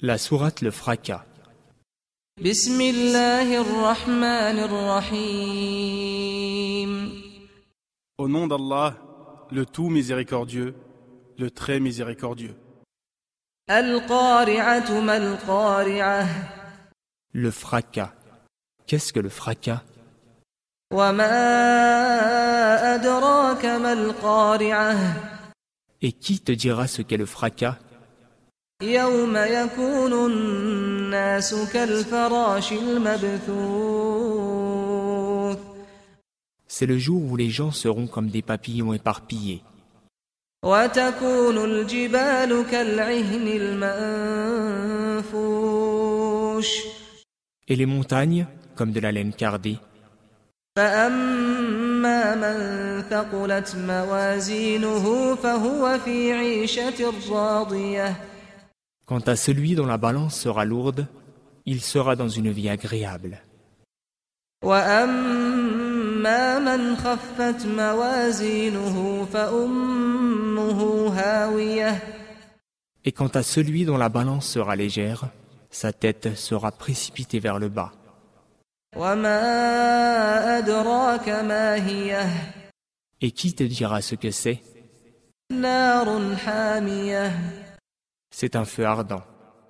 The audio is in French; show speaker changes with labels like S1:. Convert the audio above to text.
S1: La sourate le fracas.
S2: بسم الله الرحمن الرحيم
S3: Au nom d'Allah, le tout miséricordieux, le très miséricordieux.
S2: القارعة ما القارعة
S1: Le fracas. Qu'est-ce que le fracas
S2: وما أدراك ما القارعة
S1: Et qui te dira ce qu'est le fracas
S2: يوم يكون الناس كالفراش المبثوث
S1: C'est le jour où les gens seront comme des papillons éparpillés,
S2: وتكون الجبال كالعهن المنفوش
S1: et les montagnes comme de la laine cardée.
S2: فأما من ثقلت موازينه فهو في عيشة راضية
S1: Quant à celui dont la balance sera lourde, il sera dans une vie agréable.
S2: وأما من خفت موازينه فأمه هاوية
S1: Et quant à celui dont la balance sera légère, sa tête sera précipitée vers le bas.
S2: وما أدراك ما هي
S1: Et qui te dira ce que c'est
S2: نار حامية
S1: C'est un feu ardent.